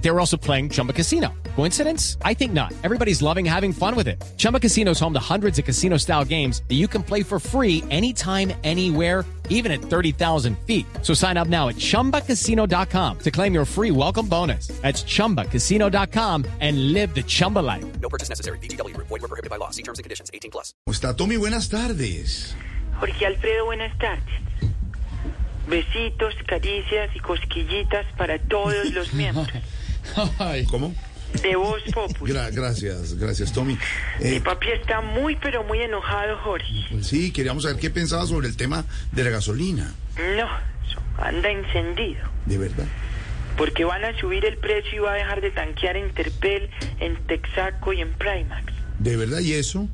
They were also playing Chumba Casino. Coincidence? I think not. Everybody's loving having fun with it. Chumba Casino is home to hundreds of casino style games that you can play for free anytime, anywhere even at 30,000 feet. So sign up now at ChumbaCasino.com to claim your free welcome bonus. That's ChumbaCasino.com and live the Chumba life. No purchase necessary. BGW. Void were prohibited by law. See terms and conditions. 18 plus. ¿Cómo está Tommy? Buenas tardes. Jorge Alfredo, buenas tardes. Besitos, caricias y cosquillitas para todos los miembros ¿Cómo? de Voz Populi. Gra- gracias, gracias Tommy. Mi Eh, papi está muy, pero muy enojado, Jorge. sí, queríamos saber qué pensaba sobre el tema de la gasolina. No, eso anda encendido. De verdad. Porque van a subir el precio y va a dejar de tanquear en Terpel, en Texaco y en Primax. ¿De verdad? ¿Y eso?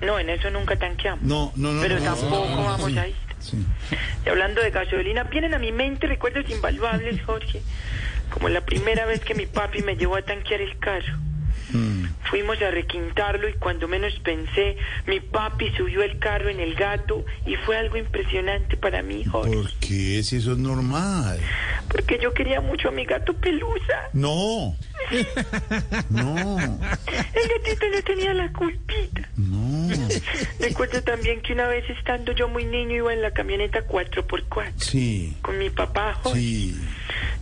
No, en eso nunca tanqueamos. No, no, no. pero no, no, tampoco no, no, no, vamos sí, a ir. sí. Y hablando de gasolina, vienen a mi mente recuerdos invaluables, Jorge. Como la primera vez que mi papi me llevó a tanquear el carro. Mm. Fuimos a requintarlo y cuando menos pensé, mi papi subió el carro en el gato y fue algo impresionante para mí, Jorge. ¿Por qué? Si eso es normal. Porque yo quería mucho a mi gato pelusa. No. No, El gatito no tenía la culpita. no. Recuerdo también que una vez estando yo muy niño iba en la camioneta 4x4 Sí, con mi papá, Jorge. sí.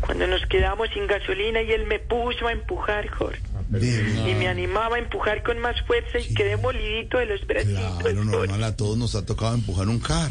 Cuando nos quedamos sin gasolina y él me puso a empujar, Jorge. De verdad. Y me animaba a empujar con más fuerza y quedé molidito de los bracitos. Claro, normal. A todos nos ha tocado empujar un carro.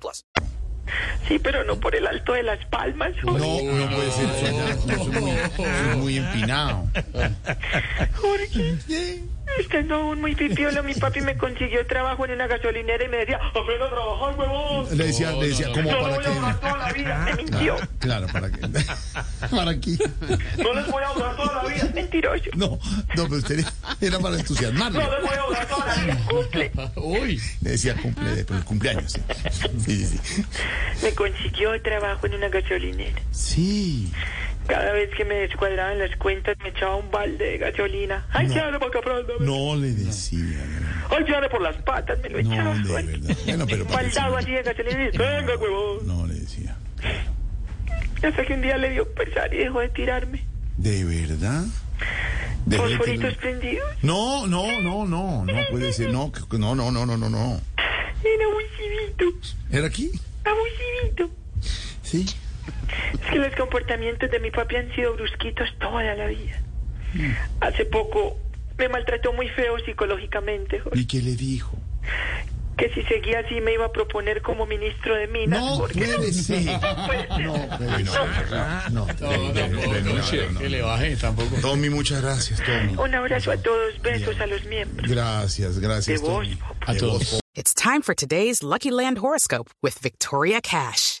plus. Sí, pero no por el alto de las palmas. Jorge. No, no puede ser. Eso ya- eso es muy, eso es muy empinado. Jorge, estando aún muy pipiolo, mi papi me consiguió trabajo en una gasolinera y me decía, aprende a trabajar, huevón. Le decía, le decía, ¿cómo Yo no para voy a ahorrar qué? toda la vida. Me mintió. Claro, para qué. Para aquí. No les voy a ahorrar toda la vida. Mentiroso. No, no, pero usted era para entusiasmarlo. No les voy a ahorrar toda la vida. Cumple. Le decía cumple, por el cumpleaños. Sí, sí, sí. sí. Me consiguió trabajo en una gasolinera. Sí. Cada vez que me descuadraban las cuentas me echaba un balde de gasolina. Ay, ya para acá, prándame. No le decía. Ay, ya por las patas me lo No, echaba. no, de Jorge. verdad. Bueno, pero para Baldado así qué. de gasolina y venga, huevón. No le decía. Hasta que un día le dio pesar y dejó de tirarme. ¿De verdad? De Fosforitos verdad. prendidos. No, no, no, no, no puede ser. No, que- no, no, no, no, no, no. Era abusivito. ¿Era aquí? Abusivito. Sí. Es que los comportamientos de mi papi han sido brusquitos toda la vida. Hace poco me maltrató muy feo psicológicamente, Jorge. ¿Y qué le dijo? Que si seguía así me iba a proponer como ministro de Minas. No Jorge. puede ser. No puede ser. No, que le baje tampoco. Tommy, muchas gracias, Tommy. Un abrazo a todos, besos a los miembros. Gracias, gracias. De vos, pues. Tommy. papá. De todos. vos, It's time for today's Lucky Land horoscope with Victoria Cash.